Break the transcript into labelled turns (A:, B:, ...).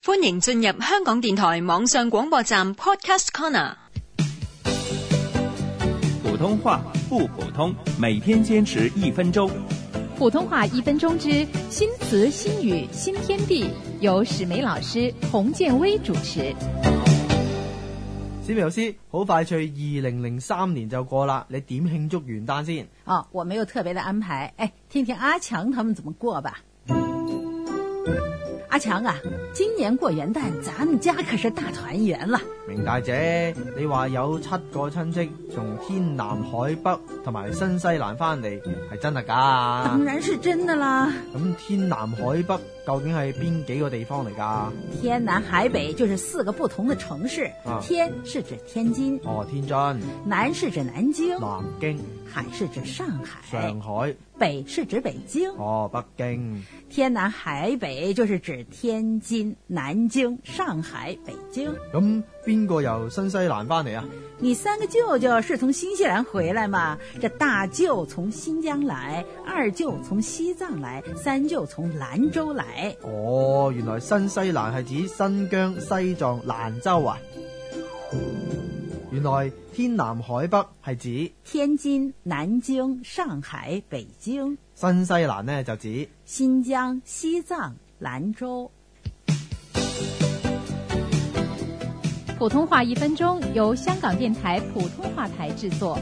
A: 歡迎進入香港電台網上廣播站 Podcast Corner。
B: 普通话不普通，每天坚持一分钟。
C: 普通话一分钟之新词新语新天地，由史梅老师、洪建威主持。
D: 史美老師，好快脆，二零零三年就過啦，你點慶祝元旦先？
E: 哦，我没有特别的安排，哎，听听阿强他们怎么过吧。阿强啊，今年过元旦，咱们家可是大团圆了。
D: 明大姐，你話有七個親戚從天南海北同埋新西蘭翻嚟，係真係
E: 当
D: 㗎？
E: 然是真的啦，
D: 咁天南海北究竟係邊幾個地方嚟㗎？
E: 天南海北就是四个不同的城市，
D: 啊
E: 天是指天津，
D: 哦，天津、
E: 南是指南京，
D: 南京、
E: 海是指上海
D: 上，海，
E: 北是指北京。
D: 哦，北京。
E: 天南海北就是指天津、南京、上海、北京。
D: 咁邊個由新西蘭翻嚟啊？
E: 你三个舅舅是从新西兰回来嘛？这大舅从新疆来，二舅从西藏来，三舅从兰州来。
D: 哦，原來新西蘭係指新疆、西藏、蘭州啊。原來天南海北係指
E: 天津、南京、上海、北京、
D: 新西蘭呢，就指
E: 新疆、西藏、兰州。
C: 普通话一分钟由香港电台普通话台制作。